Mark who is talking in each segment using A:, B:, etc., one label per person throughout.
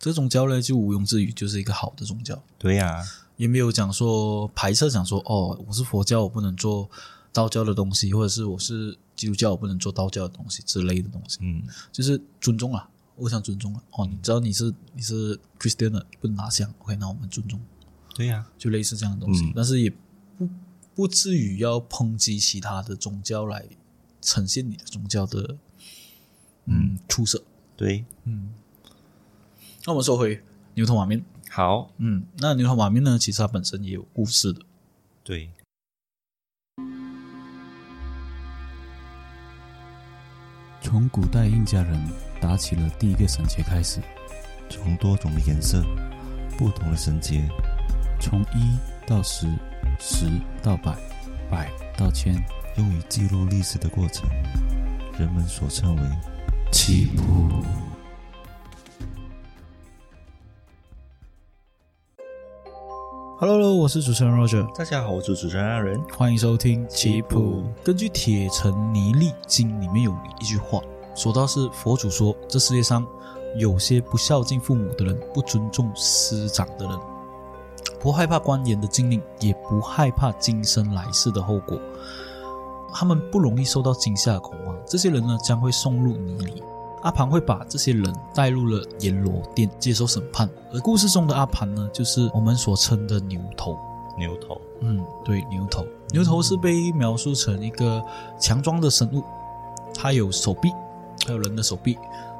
A: 这宗教呢，就毋庸置疑就是一个好的宗教，
B: 对呀、
A: 也没有讲说排斥，讲说哦，我是佛教，我不能做道教的东西，或者是我是基督教，我不能做道教的东西之类的东西，
B: 嗯，
A: 就是尊重啊，互相尊重啊。哦，你知道你是你是 Christian 的，不能拿香，OK，那我们尊重，
B: 对呀、
A: 就类似这样的东西，
B: 嗯
A: 但是也不不至于要抨击其他的宗教来呈现你的宗教的嗯出色。
B: 对，
A: 那我们说回牛头马面，
B: 好，
A: 嗯，那牛头马面呢，其实它本身也有故事的。
B: 对，
C: 从古代印加人打起了第一个绳结开始，
B: 从多种的颜色、不同的绳结，
C: 从一到十，十到百，百到千，
B: 用于记录历史的过程，人们所称为
C: 起步。
A: Hello，我是主持人 Roger，
B: 大家好，我是主持人阿仁。
A: 欢迎收听
B: 棋谱。
A: 根据《铁城泥利经》里面有一句话，说到是佛祖说，这世界上有些不孝敬父母的人，不尊重师长的人，不害怕官员的禁令，也不害怕今生来世的后果。他们不容易受到惊吓恐慌，这些人呢将会送入泥里。阿盘会把这些人带入了阎罗殿接受审判，而故事中的阿盘呢，就是我们所称的牛头。
B: 牛头，
A: 嗯，对，牛头，牛头是被描述成一个强壮的生物，它有手臂，还有人的手臂，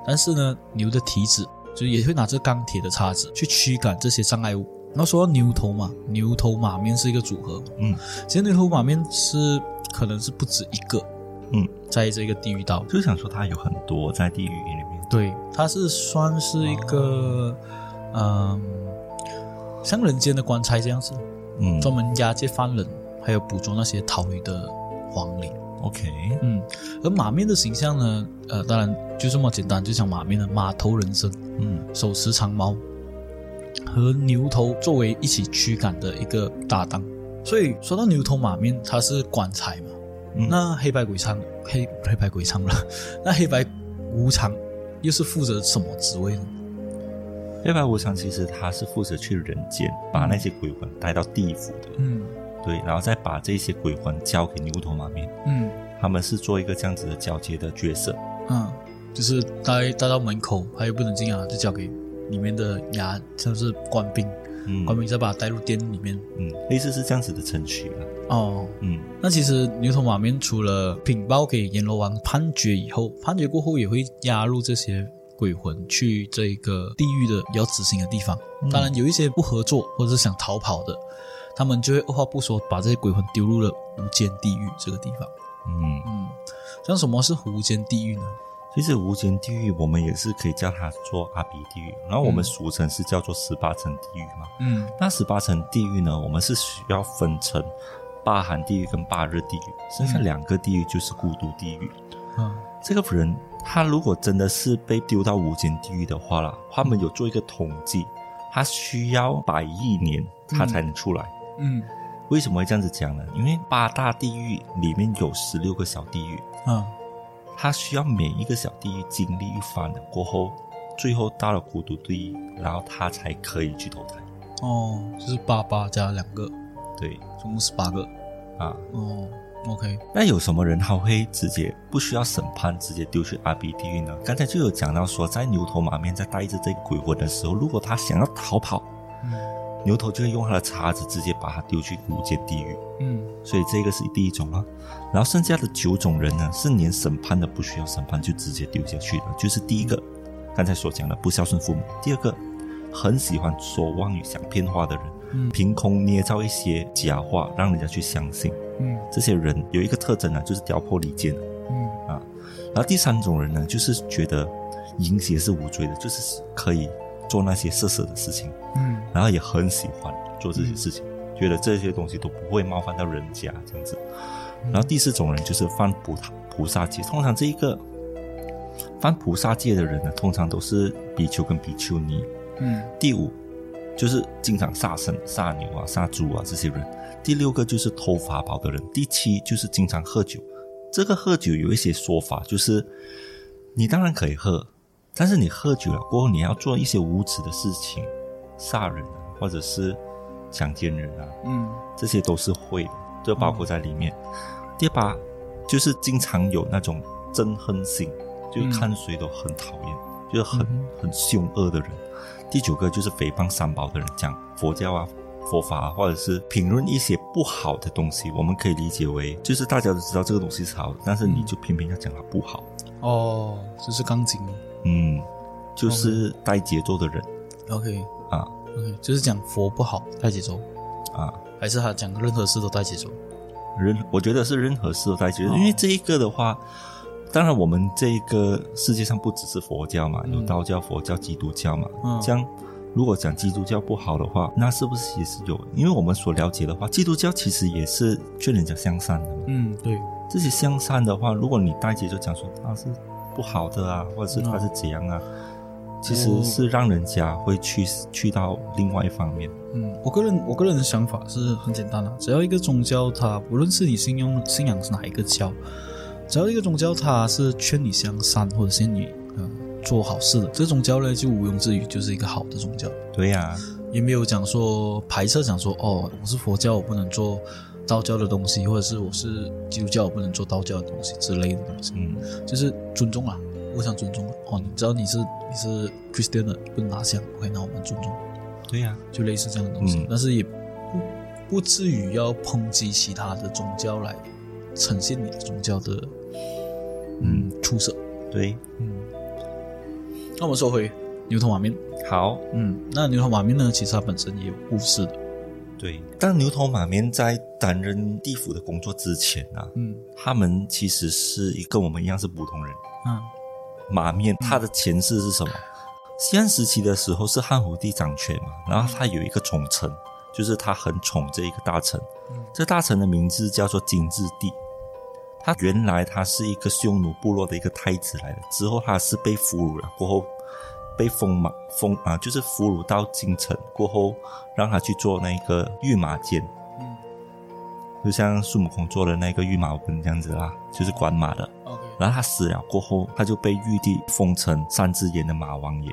A: 但是呢，牛的蹄子就也会拿着钢铁的叉子去驱赶这些障碍物。然后说到牛头嘛，牛头马面是一个组合，
B: 嗯，
A: 其实牛头马面是可能是不止一个，
B: 嗯，
A: 在这个地狱岛，
B: 就想说它有很多在地狱里面，
A: 对，它是算是一个，嗯、
B: 哦
A: 像人间的棺材这样子，
B: 嗯
A: 专门押解犯人，还有捕捉那些逃离的亡灵。
B: ，OK，
A: 嗯，而马面的形象呢，呃，当然就这么简单，就像马面的马头人身，
B: 嗯
A: 手持长矛，和牛头作为一起驱赶的一个搭档。所以说到牛头马面，它是棺材嘛，
B: 嗯
A: 那黑白鬼仓黑黑白鬼仓了， 那黑白无常又是负责什么职位呢？
B: 黑白无常其实他是负责去人间，把那些鬼魂带到地府的，
A: 嗯
B: 对，然后再把这些鬼魂交给牛头马面，
A: 嗯
B: 他们是做一个这样子的交接的角色，
A: 嗯，就是带带到门口，他又不能进啊，就交给里面的牙，像是官兵，
B: 嗯
A: 官兵再把他带入店里面。
B: 嗯，类似是这样子的程序了，
A: 哦，
B: 嗯
A: 那其实牛头马面除了禀报给阎罗王判决以后，判决过后也会押入这些鬼魂去这个地狱的要执行的地方。当然，有一些不合作或者是想逃跑的，他们就会二话不说把这些鬼魂丢入了无间地狱这个地方。
B: 嗯，
A: 嗯，像什么是无间地狱呢？
B: 其实无间地狱我们也是可以叫它做阿鼻地狱，然后我们
A: 嗯
B: 俗称是叫做十八层地狱嘛，
A: 嗯
B: 那十八层地狱呢，我们是需要分成八寒地狱跟八热地狱，剩下
A: 嗯
B: 两个地狱就是孤独地狱。
A: 嗯
B: 这个人他如果真的是被丢到无间地狱的话啦，他们有做一个统计，他需要百亿年他才能出来。
A: 嗯
B: 为什么会这样子讲呢？因为八大地狱里面有十六个小地狱，
A: 啊
B: 他需要每一个小地狱经历一番了过后，最后到了孤独地狱，然后他才可以去投胎。
A: 哦，就是八八加两个，
B: 对
A: 总共十八个。
B: 啊，
A: 哦，OK，
B: 那有什么人他会直接不需要审判，直接丢去阿鼻地狱呢？刚才就有讲到说，在牛头马面在带着这个鬼魂的时候，如果他想要逃跑，
A: 嗯
B: 牛头就会用他的叉子直接把他丢去无间地狱。
A: 嗯
B: 所以这个是第一种了。然后剩下的九种人呢，是连审判都不需要审判就直接丢下去的，就是第一个刚才所讲的不孝顺父母，第二个很喜欢说妄语、讲骗话的人，
A: 嗯
B: 凭空捏造一些假话让人家去相信。
A: 嗯
B: 这些人有一个特征呢，就是屌破离间。
A: 嗯
B: 然后第三种人呢，就是觉得淫邪是无罪的，就是可以做那些色色的事情，
A: 嗯
B: 然后也很喜欢做这些事情，觉得这些东西都不会冒犯到人家这样子。然后第四种人就是犯菩萨菩萨戒，通常这一个犯菩萨戒的人呢，通常都是比丘跟比丘尼。
A: 嗯
B: 第五就是经常杀生、杀牛啊、杀猪啊这些人。第六个就是偷法宝的人。第七就是经常喝酒。这个喝酒有一些说法，就是你当然可以喝，但是你喝酒了过后，你要做一些无耻的事情，杀人啊，或者是强奸人啊，
A: 嗯
B: 这些都是会的，这包括在里面。第八就是经常有那种憎恨心，就
A: 嗯
B: 是看谁都很讨厌，就是很、很凶恶的人。第九个就是诽谤三宝的人，讲佛教啊、佛法啊，或者是评论一些不好的东西，我们可以理解为就是大家都知道这个东西是好的，但是你就偏偏要讲它不好。
A: 哦，这是钢筋
B: 嗯，就是带节奏的人
A: ，OK
B: 啊
A: OK，就是讲佛不好带节奏，
B: 啊，
A: 还是他讲任何事都带节奏？
B: 任我觉得是任何事都带节
A: 哦
B: 奏，因为这一个的话，当然我们这一个世界上不只是佛教嘛，
A: 嗯
B: 有道教、佛教、基督教嘛，
A: 嗯
B: 这样。如果讲基督教不好的话，那是不是也是有？因为我们所了解的话，基督教其实也是劝人家向善的嘛。
A: 嗯，对，
B: 这些向善的话，如果你带节就讲说它是不好的啊，或者是它是怎样啊，
A: 哦
B: 其实是让人家会去去到另外一方面。
A: 嗯，我个人我个人的想法是很简单的、啊只要一个宗教它，无论是你信用信仰是哪一个教，只要一个宗教它是劝你向善，或者是你呃做好事的，这个宗教呢就毋庸置疑就是一个好的宗教，
B: 对呀、
A: 也没有讲说排斥，讲说哦我是佛教我不能做道教的东西，或者是我是基督教我不能做道教的东西之类的东西，
B: 嗯
A: 就是尊重啦，互相尊重啦。哦，你知道你是你是 Christian 的，不能拿香，OK，那我们尊重。
B: 对呀、
A: 就类似这样的东西，
B: 嗯
A: 但是也不不至于要抨击其他的宗教来呈现你的宗教的嗯出色。嗯
B: 对，
A: 那我们说回牛头马面，
B: 好，
A: 嗯，那牛头马面呢，其实它本身也有故事的，
B: 对。但牛头马面在担任地府的工作之前啊，
A: 嗯
B: 他们其实是一跟我们一样是普通人。
A: 啊
B: 马
A: 嗯
B: 面他的前世是什么？西汉时期的时候是汉武帝掌权嘛，然后他有一个宠臣，就是他很宠这一个大臣
A: 嗯，
B: 这大臣的名字叫做金质帝。他原来他是一个匈奴部落的一个太子来的，之后他是被俘虏了，过后被封马封啊，就是俘虏到京城，过后让他去做那个御马监，
A: 嗯
B: 就像孙悟空做的那个御马温这样子啦，就是管马的。
A: ，OK，
B: 然后他死了过后，他就被玉帝封成三只眼的马王爷。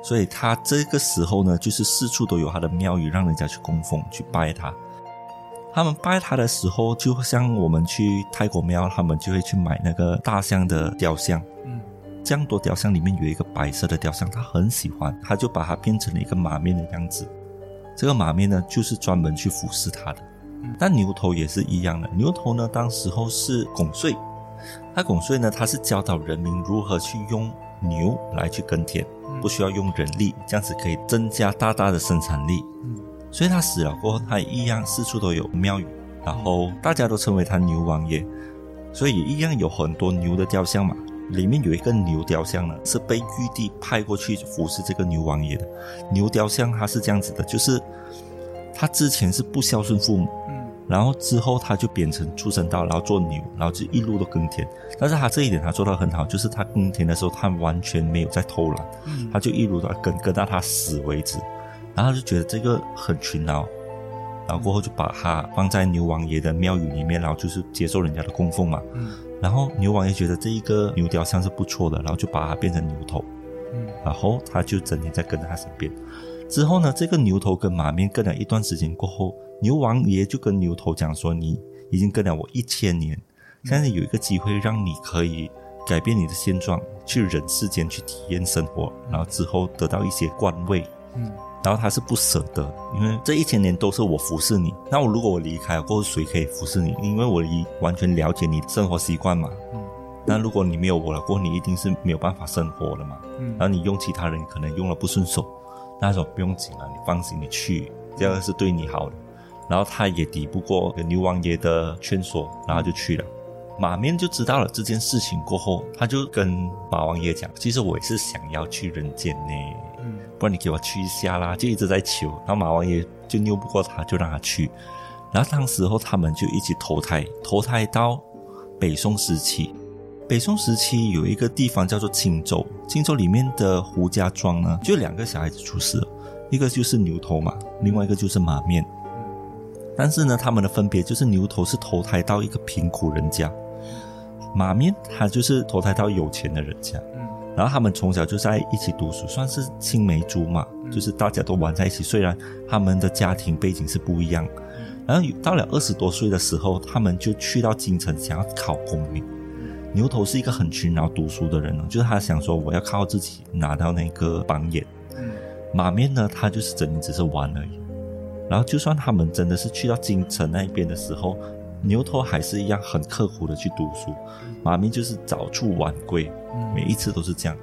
B: 所以他这个时候呢，就是四处都有他的庙宇，让人家去供奉、去拜他。他们拜他的时候，就像我们去泰国庙，他们就会去买那个大象的雕像。
A: 嗯
B: 这样多雕像里面有一个白色的雕像，他很喜欢，他就把它变成了一个马面的样子。这个马面呢，就是专门去服侍他的
A: 嗯。
B: 但牛头也是一样的，牛头呢，当时候是拱税，他拱税呢，他是教导人民如何去用牛来去耕田，
A: 嗯
B: 不需要用人力，这样子可以增加大大的生产力。
A: 嗯
B: 所以他死了过后，他一样四处都有庙宇，然后
A: 嗯
B: 大家都称为他牛王爷，所以一样有很多牛的雕像嘛。里面有一个牛雕像呢，是被玉帝派过去服侍这个牛王爷的。牛雕像它是这样子的，就是他之前是不孝顺父母，
A: 嗯
B: 然后之后他就变成畜生道，然后做牛，然后就一路都耕田。但是他这一点他做到很好，就是他耕田的时候，他完全没有在偷懒，
A: 嗯
B: 他就一路的跟跟到他死为止，然后他就觉得这个很勤劳，然后过后就把他放在牛王爷的庙宇里面，然后就是接受人家的供奉嘛。
A: 嗯
B: 然后牛王爷觉得这一个牛雕像是不错的，然后就把它变成牛头，
A: 嗯
B: 然后他就整天在跟在他身边。之后呢，这个牛头跟马面跟了一段时间过后，牛王爷就跟牛头讲说：“你已经跟了我一千年，现在有一个机会让你可以改变你的现状，去人世间去体验生活，然后之后得到一些官位。”
A: 嗯
B: 然后他是不舍得，因为这一千年都是我服侍你。那我如果我离开了过后，谁可以服侍你？因为我已完全了解你的生活习惯嘛。
A: 嗯
B: 那如果你没有我了过后，你一定是没有办法生活的嘛。
A: 嗯
B: 然后你用其他人可能用了不顺手，那种不用紧了，啊你放心，你去，这样是对你好的。然后他也抵不过牛王爷的劝说，然后就去了。马面就知道了这件事情过后，他就跟马王爷讲：“其实我也是想要去人间呢。”
A: 嗯
B: 不然你给我去一下啦，就一直在求。然后马王爷就拗不过他，就让他去。然后当时候他们就一起投胎，投胎到北宋时期。北宋时期有一个地方叫做青州，青州里面的胡家庄呢，就两个小孩子出世了，一个就是牛头嘛，另外一个就是马面。但是呢，他们的分别就是牛头是投胎到一个贫苦人家，马面他就是投胎到有钱的人家。
A: 嗯
B: 然后他们从小就在一起读书，算是青梅竹马，就是大家都玩在一起。虽然他们的家庭背景是不一样，然后到了二十多岁的时候，他们就去到京城，想要考功名。牛头是一个很勤劳读书的人呢，就是他想说我要靠自己拿到那个榜眼。马面呢，他就是整天只是玩而已。然后就算他们真的是去到京城那边的时候，牛头还是一样很刻苦的去读书，马面就是早出晚归，每一次都是这样。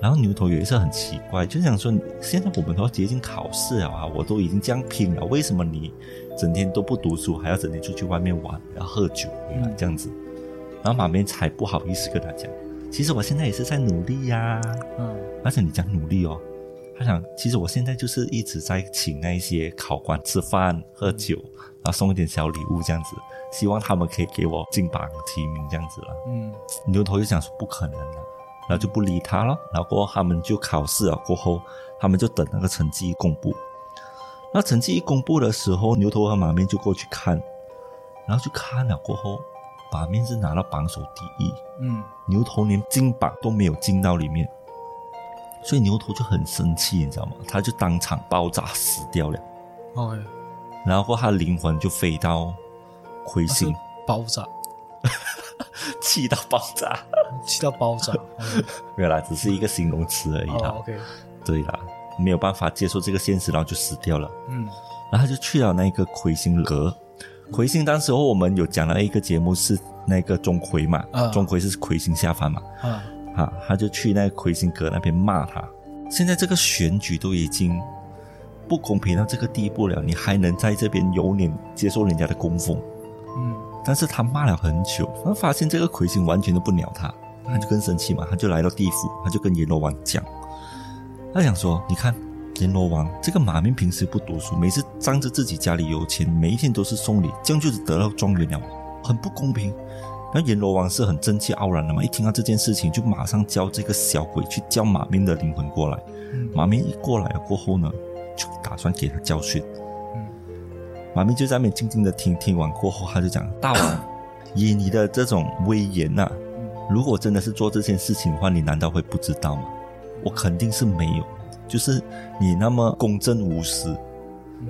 B: 然后牛头有一次很奇怪，就想说，现在我们都要接近考试了啊，我都已经这样拼了，为什么你整天都不读书，还要整天出去外面玩，然后喝酒回来这样子？然后马面才不好意思跟他讲，其实我现在也是在努力呀、
A: 嗯
B: 而且你讲努力哦，他想，其实我现在就是一直在请那一些考官吃饭、喝酒，然后送一点小礼物这样子，希望他们可以给我金榜题名这样子了。
A: 嗯
B: 牛头就想说不可能了，然后就不理他了。然后过后他们就考试了，过后他们就等那个成绩一公布。那成绩一公布的时候，牛头和马面就过去看，然后去看了过后，马面是拿到榜首第一，
A: 嗯
B: 牛头连金榜都没有进到里面，所以牛头就很生气，你知道吗？他就当场爆炸死掉了，
A: ，OK，
B: 然后他灵魂就飞到魁
A: 是
B: 星，
A: 爆炸，
B: 气到爆炸。
A: 气到爆炸。
B: 没有啦，只是一个形容词而已
A: 哦
B: 啦。
A: ，OK，
B: 对啦，没有办法接受这个现实，然后就死掉了。
A: 嗯
B: 然后他就去了那个魁星阁。魁星当时候我们有讲了一个节目是那个钟馗嘛，
A: 嗯
B: 钟馗是魁星下凡嘛，
A: 啊，
B: 啊，他就去那个魁星阁那边骂他。现在这个选举都已经不公平到这个地步了，你还能在这边有脸接受人家的供奉？
A: 嗯
B: 但是他骂了很久，他发现这个魁星完全都不鸟他，他就更生气嘛，他就来到地府，他就跟阎罗王讲，他想说，你看阎罗王这个马明平时不读书，每次仗着自己家里有钱，每一天都是送礼，这样就是得到状元了，很不公平。然后阎罗王是很正气傲然的嘛，一听到这件事情就马上叫这个小鬼去叫马明的灵魂过来，
A: 嗯
B: 马明一过来了过后呢，就打算给他教训。
A: 嗯
B: 马明就在那边静静的听，听完过后，他就讲：“大王，以你的这种威严呐、如果真的是做这件事情的话，你难道会不知道吗？我肯定是没有，就是你那么公正无私，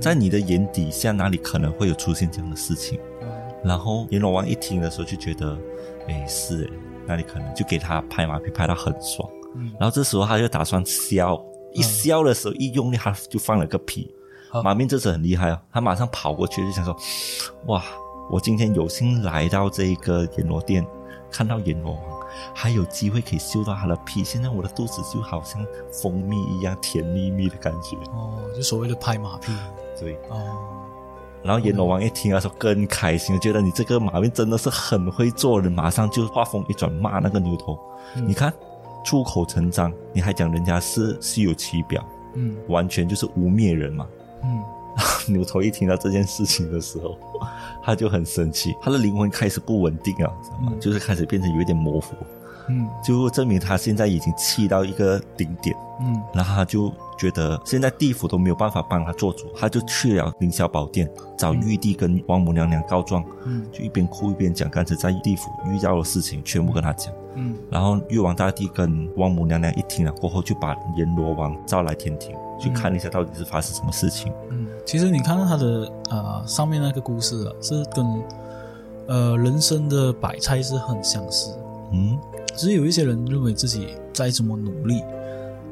B: 在你的眼底下，哪里可能会有出现这样的事情？”
A: 嗯
B: 然后阎罗王一听的时候就觉得：“哎，是哎，那你可能就给他拍马屁，拍到很爽。”
A: 嗯，
B: 然后这时候他就打算削，一削的时候一用力，他就放了个屁。
A: 好
B: 马面这次很厉害哦，他马上跑过去就想说：“哇，我今天有幸来到这个阎罗殿，看到阎罗王，还有机会可以嗅到他的屁。现在我的肚子就好像蜂蜜一样甜蜜蜜的感觉。
A: 哦，就所谓的拍马屁。”
B: 对，
A: 哦，
B: 然后阎罗王一听他说更开心了，觉得你这个马面真的是很会做人，马上就话锋一转骂那个牛头：“你看，出口成章，你还讲人家是虚有其表。”
A: 嗯
B: 完全就是污蔑人嘛。
A: 嗯
B: 牛头一听到这件事情的时候， 他就很生气，他的灵魂开始不稳定啊，知道吗？
A: 嗯
B: 就是开始变成有一点模糊，
A: 嗯
B: 就证明他现在已经气到一个顶点，
A: 嗯
B: 然后他就觉得现在地府都没有办法帮他做主，他就去了凌霄宝殿找玉帝跟王母娘娘告状，
A: 嗯
B: 就一边哭一边讲刚才在地府遇到的事情，全部跟他讲。
A: 嗯
B: 然后玉皇大帝跟王母娘娘一听了过后，就把阎罗王召来天庭，去看一下到底是发生什么事情。
A: 嗯，其实你看到他的啊、呃上面那个故事啊，是跟呃人生的百态是很相似的。
B: 嗯，
A: 只是有一些人认为自己再怎么努力，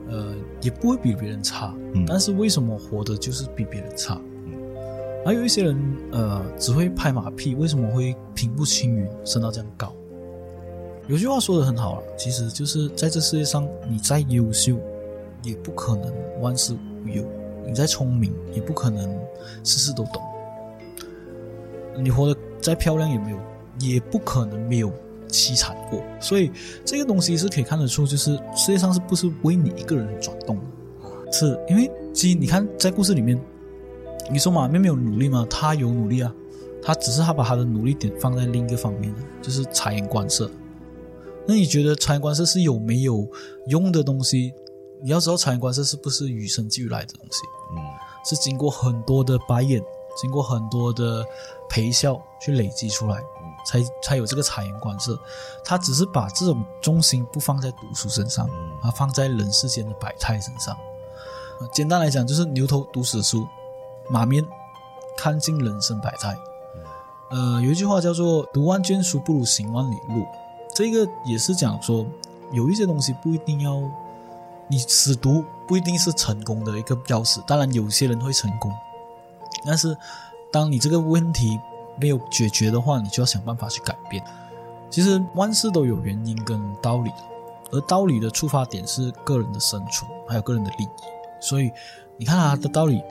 A: 呃，也不会比别人差，
B: 嗯
A: 但是为什么活得就是比别人差？
B: 嗯
A: 还有一些人，呃，只会拍马屁，为什么会平步青云，升到这样高？有句话说的很好了，啊其实就是在这世界上，你再优秀，也不可能万事无忧；你再聪明，也不可能事事都懂；你活得再漂亮，也没有，也不可能没有凄惨过。所以这个东西是可以看得出，就是世界上是不是为你一个人转动的？是因为其实你看在故事里面，你说马面没有努力吗？他有努力啊，他只是他把他的努力点放在另一个方面，就是察言观色。那你觉得察言观色是有没有用的东西？你要知道察言观色是不是与生俱来的东西？
B: 嗯
A: 是经过很多的白眼，经过很多的陪笑去累积出来。才才有这个察言观色。他只是把这种重心不放在读书身上，
B: 嗯
A: 而放在人世间的百态身上。呃简单来讲，就是牛头读死书，马面看尽人生百态。呃，有一句话叫做“读万卷书不如行万里路”，这个也是讲说，有一些东西不一定要你死读，不一定是成功的一个钥匙。当然，有些人会成功，但是当你这个问题没有解决的话，你就要想办法去改变。其实万事都有原因跟道理的，而道理的出发点是个人的生存，还有个人的利益。所以你看啊他的道理，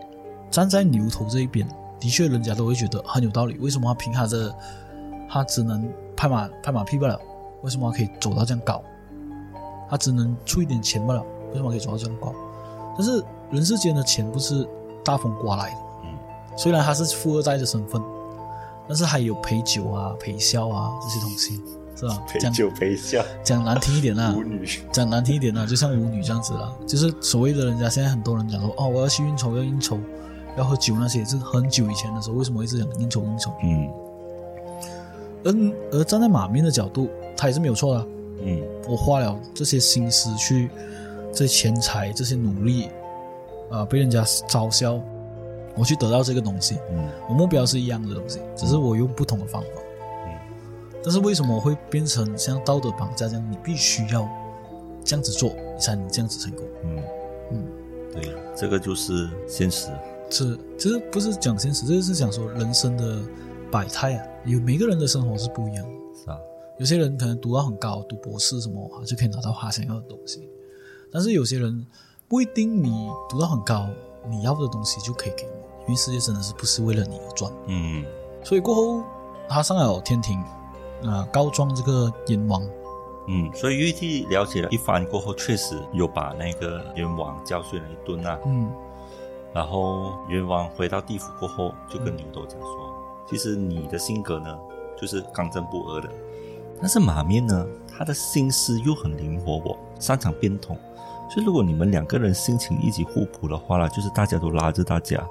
A: 站在牛头这一边，的确人家都会觉得很有道理。为什么他凭他的，他只能拍马拍马屁罢了？为什么他可以走到这样高？他只能出一点钱罢了，为什么可以走到这样高？但是人世间的钱不是大风刮来的，
B: 嗯，
A: 虽然他是富二代的身份，但是还有陪酒啊、陪笑啊这些东西，是吧？
B: 陪
A: 讲
B: 酒陪笑，
A: 讲难听一点啊啦、
B: 舞女，
A: 讲难听一点呢、就像舞女这样子啦，就是所谓的人家现在很多人讲说，哦，我要去应酬，要应酬，要喝酒那些，这是很久以前的时候，为什么一直讲应酬应酬？
B: 嗯
A: 而而站在马面的角度，他也是没有错的啊、
B: 嗯
A: 我花了这些心思去，这些钱财，这些努力，啊、被人家嘲笑，我去得到这个东西，
B: 嗯
A: 我目标是一样的东西，只是我用不同的方法。
B: 嗯
A: 但是为什么会变成像道德绑架这样？你必须要这样子做，你才能这样子成功。
B: 嗯
A: 嗯，
B: 对，这个就是现实，
A: 是，其实不是讲现实，这个是讲说人生的百态啊。有每个人的生活是不一样的，
B: 是吧？
A: 有些人可能读到很高，读博士什么，他就可以拿到他想要的东西。但是有些人不一定，你读到很高，你要的东西就可以给你，因为世界真的是不是为了你而转。
B: 嗯
A: 所以过后，他上了天庭，啊、告状这个阎王，
B: 嗯，所以玉帝了解了一番过后，确实有把那个阎王教训了一顿啊。
A: 嗯
B: 然后阎王回到地府过后，就跟牛头讲说：“其实你的性格呢，就是刚正不阿的，但是马面呢，他的心思又很灵活哦，擅长变通。所以如果你们两个人心情一起互补的话啦，就是大家都拉着大家，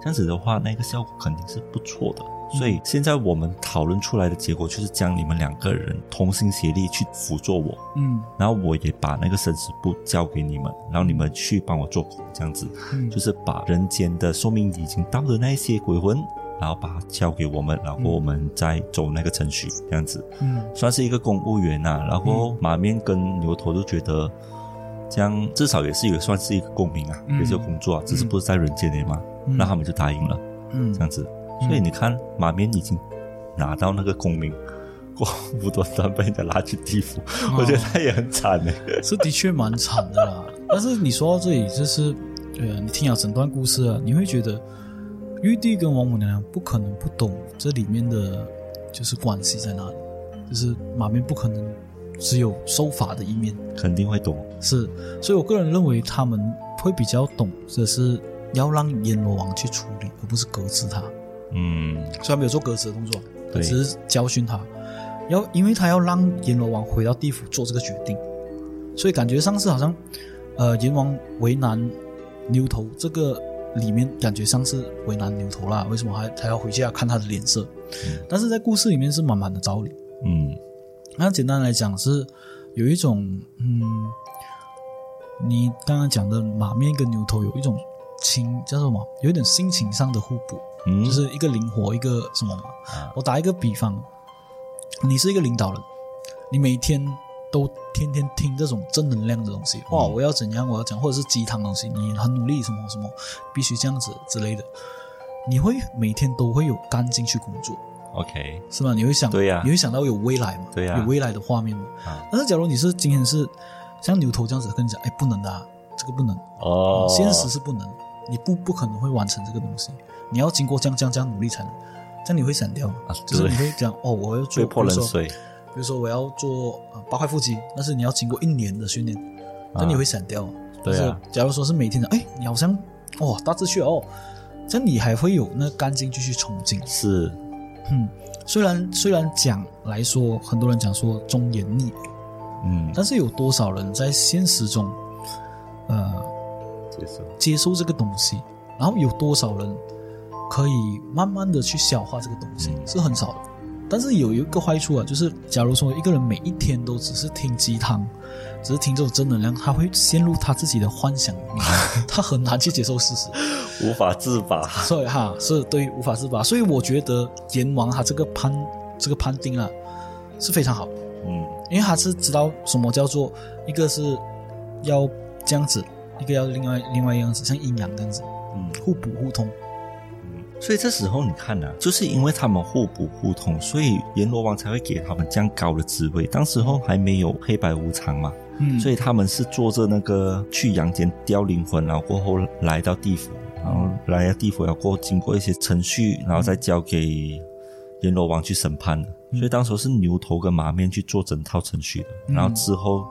B: 这样子的话，那个效果肯定是不错的。”所以现在我们讨论出来的结果，就是将你们两个人同心协力去辅佐我，
A: 嗯
B: 然后我也把那个生死簿交给你们，然后你们去帮我做工，这样子。
A: 嗯，
B: 就是把人间的寿命已经到的那一些鬼魂，然后把它交给我们，然后我们再走那个程序，这样子
A: 嗯
B: 算是一个公务员呐、然后马面跟牛头就觉得，这样至少也是也算是一个公民啊，
A: 嗯
B: 也是有工作啊，只是不是在人间里嘛。
A: 嗯
B: 那他们就答应了，
A: 嗯
B: 这样子。所以你看，马面已经拿到那个公民。过后无端端被人家拉去地府，我觉得他也很惨呢、
A: 是的确蛮惨的啦。但是你说到这里，就是呃，你听了整段故事啊，你会觉得玉帝跟王母娘娘不可能不懂这里面的就是关系在哪里，就是马面不可能只有收法的一面，
B: 肯定会懂。
A: 是，所以我个人认为他们会比较懂，这是要让阎罗王去处理，而不是革职他。
B: 嗯，
A: 虽然没有做革职的动作，
B: 对
A: 只是教训他，要因为他要让阎罗王回到地府做这个决定，所以感觉上是好像，呃，阎王为难牛头这个里面感觉上是为难牛头啦，为什么还他要回去要看他的脸色？但是在故事里面是满满的道理。
B: 嗯，
A: 那简单来讲是有一种，嗯，你刚刚讲的马面跟牛头有一种情叫做什么？有一点心情上的互补，
B: 嗯
A: 就是一个灵活，一个什么嘛？
B: 啊
A: 我打一个比方，你是一个领导人，你每天都天天听这种正能量的东西，
B: 嗯
A: 哇，我要怎样，我要讲，或者是鸡汤的东西，你很努力，什么什么，必须这样子之类的，你会每天都会有干劲去工作，
B: OK，
A: 是吧？你会想，
B: 对呀
A: 你会想到有未来嘛？
B: 对呀
A: 有未来的画面嘛？
B: 啊
A: 但是假如你是今天是像牛头这样子跟你讲，哎，不能的、啊，这个不能，
B: 哦，
A: 现实是不能，你不不可能会完成这个东西，你要经过这样这样这样努力才能，这样你会闪掉吗？
B: 啊
A: 就是
B: 对
A: 你会讲哦，我要做，
B: 被
A: 比
B: 泼
A: 如
B: 冷
A: 说，
B: 水，
A: 比如说我要做呃八块腹肌，但是你要经过一年的训练，那你会闪掉吗？
B: 啊对啊
A: 就是假如说是每天的，哎，你好像哦大致去哦，这样你还会有那干劲继续冲劲。
B: 是，
A: 嗯，虽然虽然讲来说，很多人讲说忠言逆耳，
B: 嗯，
A: 但是有多少人在现实中，呃，
B: 接受，
A: 接受这个东西，然后有多少人可以慢慢的去消化这个东西，
B: 嗯
A: 是很少的。但是有一个坏处啊，就是假如说一个人每一天都只是听鸡汤，只是听这种正能量，他会陷入他自己的幻想里面，他很难去接受事实。
B: 无法自拔。
A: 所以哈，是对无法自拔。所以我觉得阎王他这个判这个判定啊是非常好，
B: 嗯
A: 因为他是知道什么叫做一个是要这样子，一个要另外另外一样子，像阴阳这样子
B: 嗯，
A: 互补互通。
B: 所以这时候你看呢、就是因为他们互补互通，所以阎罗王才会给他们这样高的职位。当时候还没有黑白无常嘛，
A: 嗯
B: 所以他们是坐着那个去阳间雕灵魂，然后过后来到地府，然后来到地府要过后经过一些程序，然后再交给阎罗王去审判的。
A: 嗯
B: 所以当时候是牛头跟马面去做整套程序的，然后之后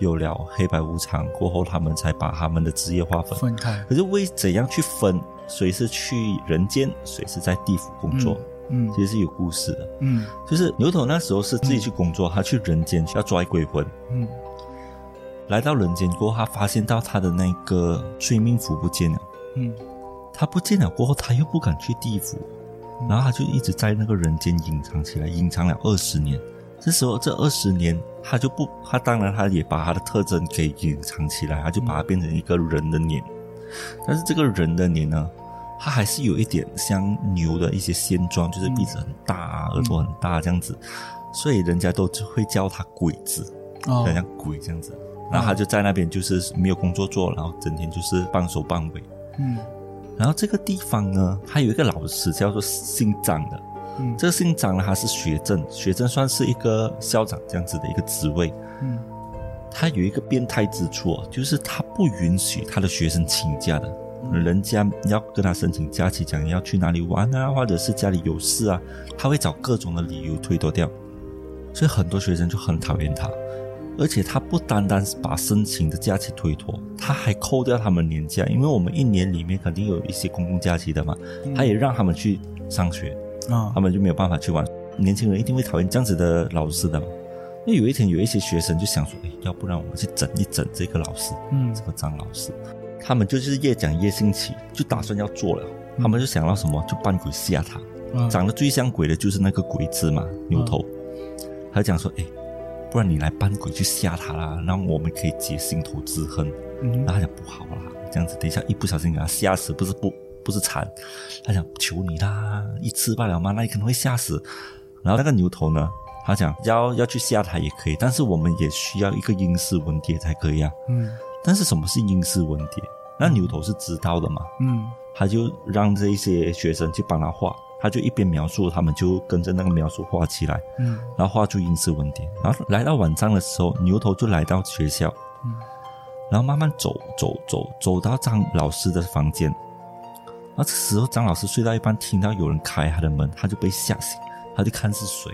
B: 有了黑白无常过后，他们才把他们的职业划分。
A: 分开。
B: 可是为怎样去分谁是去人间，谁是在地府工作，
A: 嗯
B: 其实是有故事的。
A: 嗯
B: 就是牛头那时候是自己去工作，他去人间去要抓鬼魂，
A: 嗯
B: 来到人间过后，他发现到他的那个睡命符不见了，
A: 嗯
B: 他不见了过后，他又不敢去地府，然后他就一直在那个人间隐藏起来，隐藏了二十年。这时候这二十年，他就不，他当然他也把他的特征给隐藏起来，他就把它变成一个人的脸。但是这个人的脸呢，他还是有一点像牛的一些仙状，就是鼻子很大、啊，耳朵很大这样子，所以人家都会叫他鬼子。
A: 哦
B: 很像鬼这样子。然后他就在那边就是没有工作做，然后整天就是半手半尾。
A: 嗯
B: 然后这个地方呢，他有一个老师叫做姓张的，
A: 嗯
B: 这个姓张呢他是学政，学政算是一个校长这样子的一个职位。
A: 嗯
B: 他有一个变态之处、哦，就是他不允许他的学生请假的。人家要跟他申请假期，讲要去哪里玩啊，或者是家里有事啊，他会找各种的理由推脱掉。所以很多学生就很讨厌他，而且他不单单是把申请的假期推脱，他还扣掉他们年假，因为我们一年里面肯定有一些公共假期的嘛，他也让他们去上学。
A: 啊
B: 他们就没有办法去玩。年轻人一定会讨厌这样子的老师的嘛。那有一天，有一些学生就想说，哎，要不然我们去整一整这个老师，
A: 嗯
B: 这个张老师。他们就是越讲越兴起，就打算要做了。他们就想到什么，就扮鬼吓他。
A: 嗯
B: 长得最像鬼的就是那个鬼子嘛，牛头。
A: 嗯
B: 他就讲说，哎，不然你来扮鬼去吓他啦，让我们可以结心头之恨。
A: 嗯
B: 然后他讲不好啦，这样子等一下一不小心给他吓死，不是不不是惨，他讲求你啦，一次罢了嘛，那你可能会吓死。然后那个牛头呢，他讲要要去吓他也可以，但是我们也需要一个阴司文牒才可以啊。
A: 嗯
B: 但是什么是阴司文牒？那牛头是知道的嘛，
A: 嗯
B: 他就让这一些学生去帮他画，他就一边描述，他们就跟着那个描述画起来。
A: 嗯
B: 然后画出英式文牒。然后来到晚上的时候，牛头就来到学校，
A: 嗯
B: 然后慢慢走走走走到张老师的房间。然后这时候张老师睡到一半，听到有人开他的门，他就被吓醒，他就看是谁，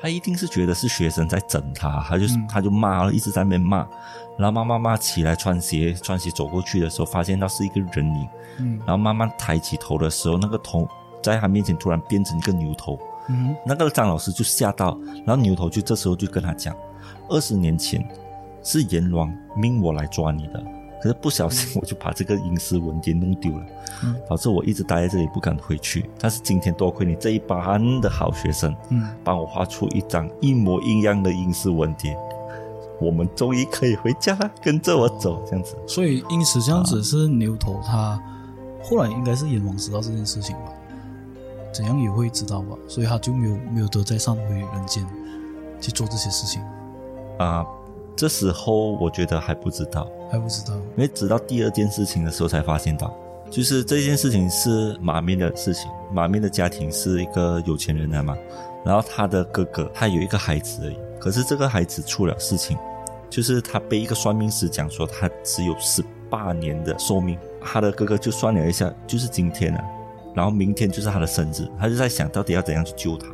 B: 他一定是觉得是学生在整他，他就、
A: 嗯
B: 他就骂，一直在那边骂，然后骂骂骂起来，穿鞋穿鞋走过去的时候，发现到是一个人影，
A: 嗯
B: 然后慢慢抬起头的时候，那个头在他面前突然变成一个牛头，
A: 嗯
B: 那个张老师就吓到，然后牛头就这时候就跟他讲，二十年前是阎王命我来抓你的，可是不小心我就把这个阴司文件弄丢了，
A: 嗯
B: 导致我一直待在这里不敢回去。但是今天多亏你这一班的好学生，
A: 嗯
B: 帮我画出一张一模一样的阴司文件，我们终于可以回家了，跟着我走，这样子。
A: 所以因此这样子是牛头他后来应该是阎王知道这件事情吧，怎样也会知道吧，所以他就没有没有得再上回人间去做这些事情，
B: 啊、这时候我觉得还不知道，
A: 还不知道。
B: 因为直到第二件事情的时候才发现到，就是这件事情是马面的事情。马面的家庭是一个有钱人的嘛，然后他的哥哥他有一个孩子而已，可是这个孩子出了事情，就是他被一个算命师讲说他只有十八年的寿命，他的哥哥就算了一下，就是今天啊，然后明天就是他的生日，他就在想到底要怎样去救他。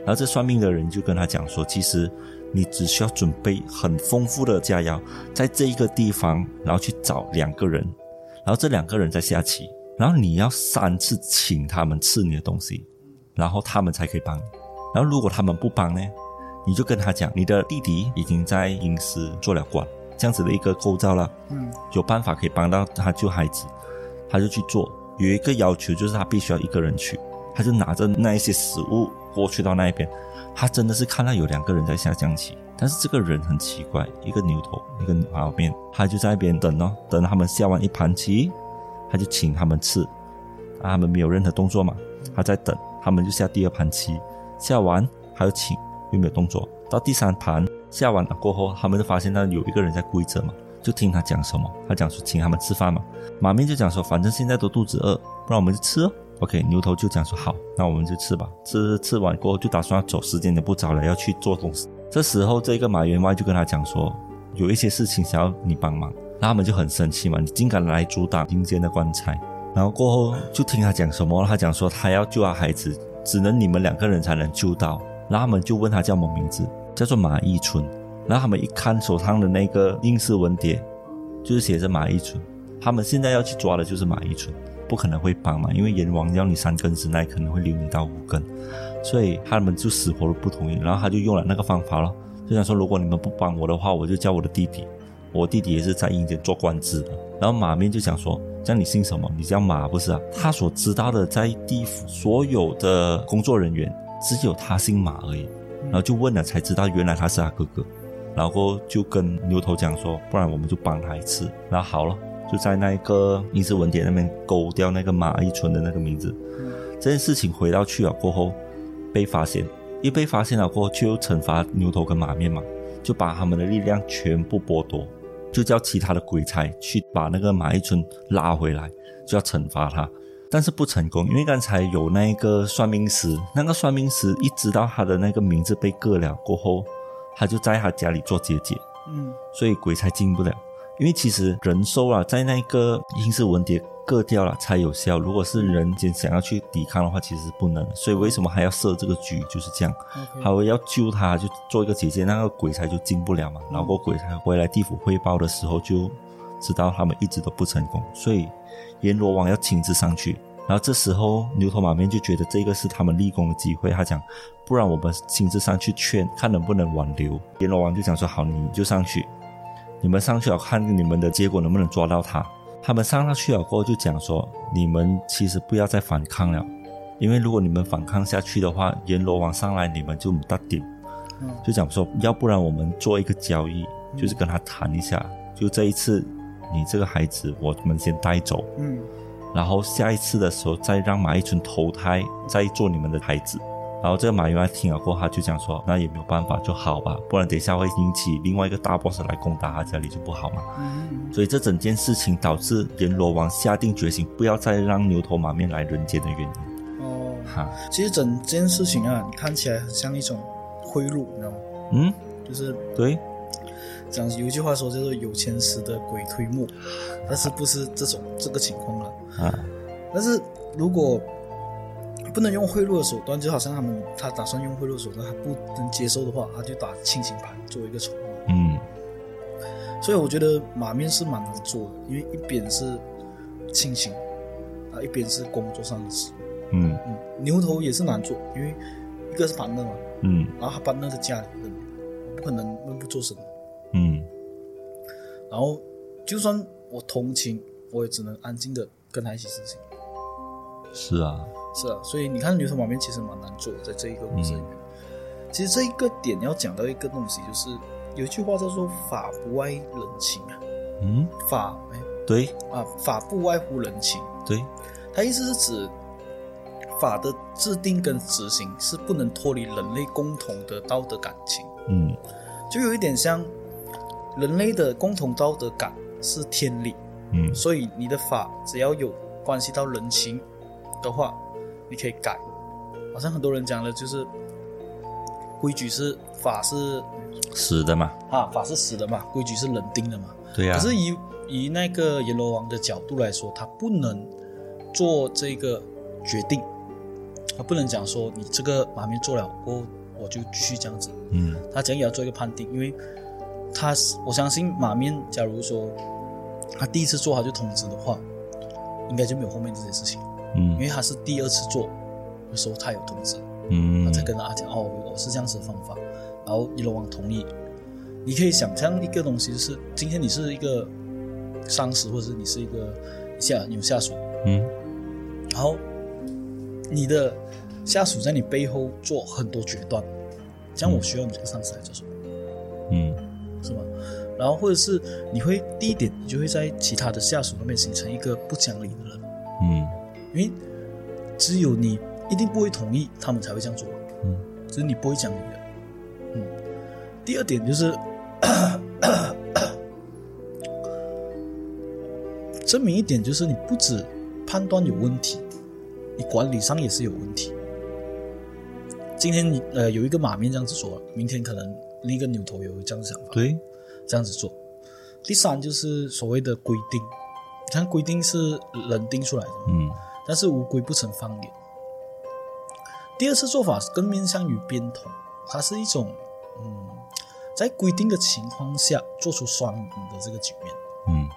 B: 然后这算命的人就跟他讲说，其实你只需要准备很丰富的佳肴，在这一个地方，然后去找两个人，然后这两个人在下棋，然后你要三次请他们吃你的东西，然后他们才可以帮你。然后如果他们不帮呢，你就跟他讲，你的弟弟已经在阴司做了官，这样子的一个构造了，
A: 嗯
B: 有办法可以帮到他救孩子，他就去做。有一个要求就是他必须要一个人去，他就拿着那一些食物过去到那一边，他真的是看到有两个人在下象棋，但是这个人很奇怪，一个牛头，一个马面，他就在那边等哦，等他们下完一盘棋，他就请他们吃，啊，他们没有任何动作嘛，他在等，他们就下第二盘棋，下完他又请，又没有动作，到第三盘下完了过后，他们就发现到有一个人在跪着嘛，就听他讲什么，他讲说请他们吃饭嘛，马面就讲说反正现在都肚子饿，不然我们就吃哦。OK，牛头就讲说好，那我们就吃吧。吃吃完过后就打算要走，时间也不早了，要去做东西。这时候这个马员外就跟他讲说，有一些事情想要你帮忙，那他们就很生气嘛，你竟敢来阻挡阴间的棺材。然后过后就听他讲什么，他讲说他要救他孩子，只能你们两个人才能救到。然后他们就问他叫什么名字，叫做马一春。然后他们一看手上的那个印式文牒，就是写着马一春。他们现在要去抓的就是马一春，不可能会帮嘛，因为阎王要你三根之内可能会留你到五根，所以他们就死活都不同意。然后他就用了那个方法咯，就想说如果你们不帮我的话，我就叫我的弟弟，我弟弟也是在阴间做官职的。然后马面就想说，叫你姓什么？你叫马不是啊？他所知道的在地府所有的工作人员，只有他姓马而已。然后就问了才知道，原来他是他哥哥。然后就跟牛头讲说，不然我们就帮他一次。然后好了，就在那个印字文牒那边勾掉那个马一村的那个名字。这件事情回到去了过后，被发现，一被发现了过后，就惩罚牛头跟马面嘛，就把他们的力量全部剥夺，就叫其他的鬼差去把那个马一村拉回来，就要惩罚他。但是不成功，因为刚才有那个算命师，那个算命师一知道他的那个名字被割了过后，他就在他家里做结界，
A: 嗯
B: 所以鬼才进不了。因为其实人兽啊，在那个阴世文牒割掉了才有效，如果是人间想要去抵抗的话，其实不能。所以为什么还要设这个局，就是这样。还有要救他，就做一个结界，那个鬼差就进不了嘛。然后鬼差回来地府汇报的时候，就知道他们一直都不成功，所以阎罗王要亲自上去。然后这时候牛头马面就觉得这个是他们立功的机会，他讲，不然我们亲自上去劝，看能不能挽留。阎罗王就讲说，好，你就上去，你们上去了看你们的结果能不能抓到他。他们上到去了过后就讲说，你们其实不要再反抗了，因为如果你们反抗下去的话，阎罗王上来你们就没得顶。就讲说，要不然我们做一个交易，就是跟他谈一下，就这一次你这个孩子我们先带走，
A: 嗯
B: 然后下一次的时候再让马一春投胎，再做你们的孩子。然后这个马员外听了过后，他就讲说，那也没有办法，就好吧，不然等一下会引起另外一个大 boss 来攻打他家里就不好嘛。
A: 嗯
B: 所以这整件事情导致阎罗王下定决心，不要再让牛头马面来人间的原因。
A: 哦，
B: 哈，
A: 其实整件事情啊，看起来很像一种贿赂，你知道吗？
B: 嗯，
A: 就是
B: 对，
A: 讲有一句话说叫做“有钱使得鬼推磨”，但是不是这种这个情况啊？
B: 啊，
A: 但是如果不能用贿赂的手段，就好像他们他打算用贿赂手段，他不能接受的话，他就打清醒牌作为一个筹码。
B: 嗯，
A: 所以我觉得马面是蛮难做的，因为一边是亲情啊，一边是工作上的事。
B: 嗯，
A: 嗯，牛头也是难做，因为一个是板凳嘛，
B: 嗯，
A: 然后他板凳是家里人，我不可能闷不作声。
B: 嗯，
A: 然后就算我同情，我也只能安静的跟他一起事情。
B: 是啊，
A: 是啊，所以你看牛头马面其实蛮难做的，在这一个故事里面。其实这一个点要讲到一个东西，就是有一句话叫做“法不外人情”啊，
B: 嗯，
A: 法哎
B: 对，
A: 啊，法不外乎人情。
B: 对，
A: 它意思是指法的制定跟执行是不能脱离人类共同的道德感情，
B: 嗯，
A: 就有一点像人类的共同道德感是天理，
B: 嗯，
A: 所以你的法只要有关系到人情的话，你可以改。好像很多人讲的就是规矩是法是
B: 死的嘛，
A: 啊，法是死的嘛，规矩是人定的嘛。
B: 对啊呀、
A: 可是以以那个阎罗王的角度来说，他不能做这个决定，他不能讲说你这个马面做了过后，我就继续这样子。
B: 嗯，
A: 他讲也要做一个判定，因为他是我相信马面，假如说他第一次做他就通知的话，应该就没有后面这些事情，因
B: 嗯，
A: 为他是第二次做的时候他有通知，他
B: 嗯，
A: 才跟他讲哦，我是这样子的方法，然后一楼王同意。你可以想象一个东西，就是今天你是一个上司，或者是你是一个下有下属，
B: 嗯，
A: 然后你的下属在你背后做很多决断，这样我需要你这个上司来做什么，
B: 嗯
A: 是吗？然后或者是你会第一点，你就会在其他的下属那边形成一个不讲理的人，
B: 嗯
A: 因为只有你一定不会同意，他们才会这样做。
B: 嗯，
A: 就是你不会讲理的。嗯，第二点就是， 证明一点就是你不止判断有问题，你管理上也是有问题。今天你呃有一个马面这样子做，明天可能另一个牛头有这样想法。
B: 对，
A: 这样子做。第三就是所谓的规定，像规定是人定出来的嘛，
B: 嗯
A: 但是无规不成方圆。第二次做法更面向于变通，它是一种嗯，在规定的情况下做出双赢的这个局面。
B: 嗯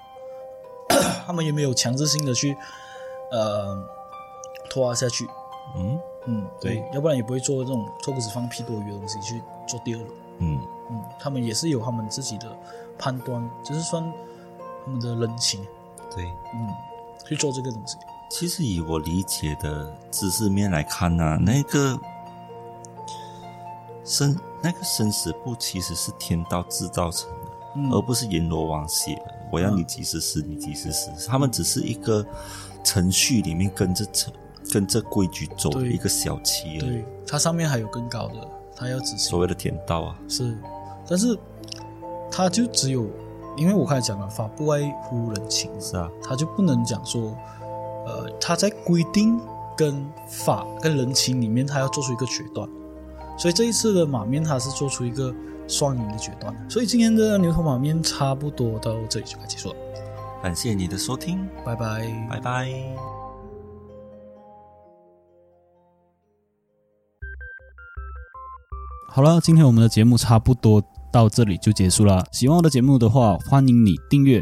A: 他们也没有强制性的去呃拖拉下去，
B: 嗯
A: 嗯，
B: 对，
A: 要不然也不会做这种臭裤子放屁多余的东西去做第二轮。
B: 嗯
A: 嗯，他们也是有他们自己的判断，就是算他们的人情，
B: 对。
A: 嗯，去做这个东西。
B: 其实以我理解的知识面来看呢、那个生那个生死簿其实是天道制造成的，
A: 嗯
B: 而不是阎罗王写的。我要你几时死，你几时死，他们只是一个程序里面跟着程跟着规矩走的
A: 对
B: 一个小棋而已
A: 对。，它上面还有更高的，它要执行
B: 所谓的天道啊，
A: 是，但是它就只有，因为我刚才讲了，法不外乎人情，
B: 是啊，
A: 它就不能讲说，呃，它在规定跟法跟人情里面，它要做出一个决断。所以这一次的马面，它是做出一个双赢的决断。所以今天的牛头马面差不多到这里就该结束了，
B: 感谢你的收听，
A: 拜拜，
B: 拜拜。
C: 好了，今天我们的节目差不多到这里就结束了。喜欢我的节目的话，欢迎你订阅、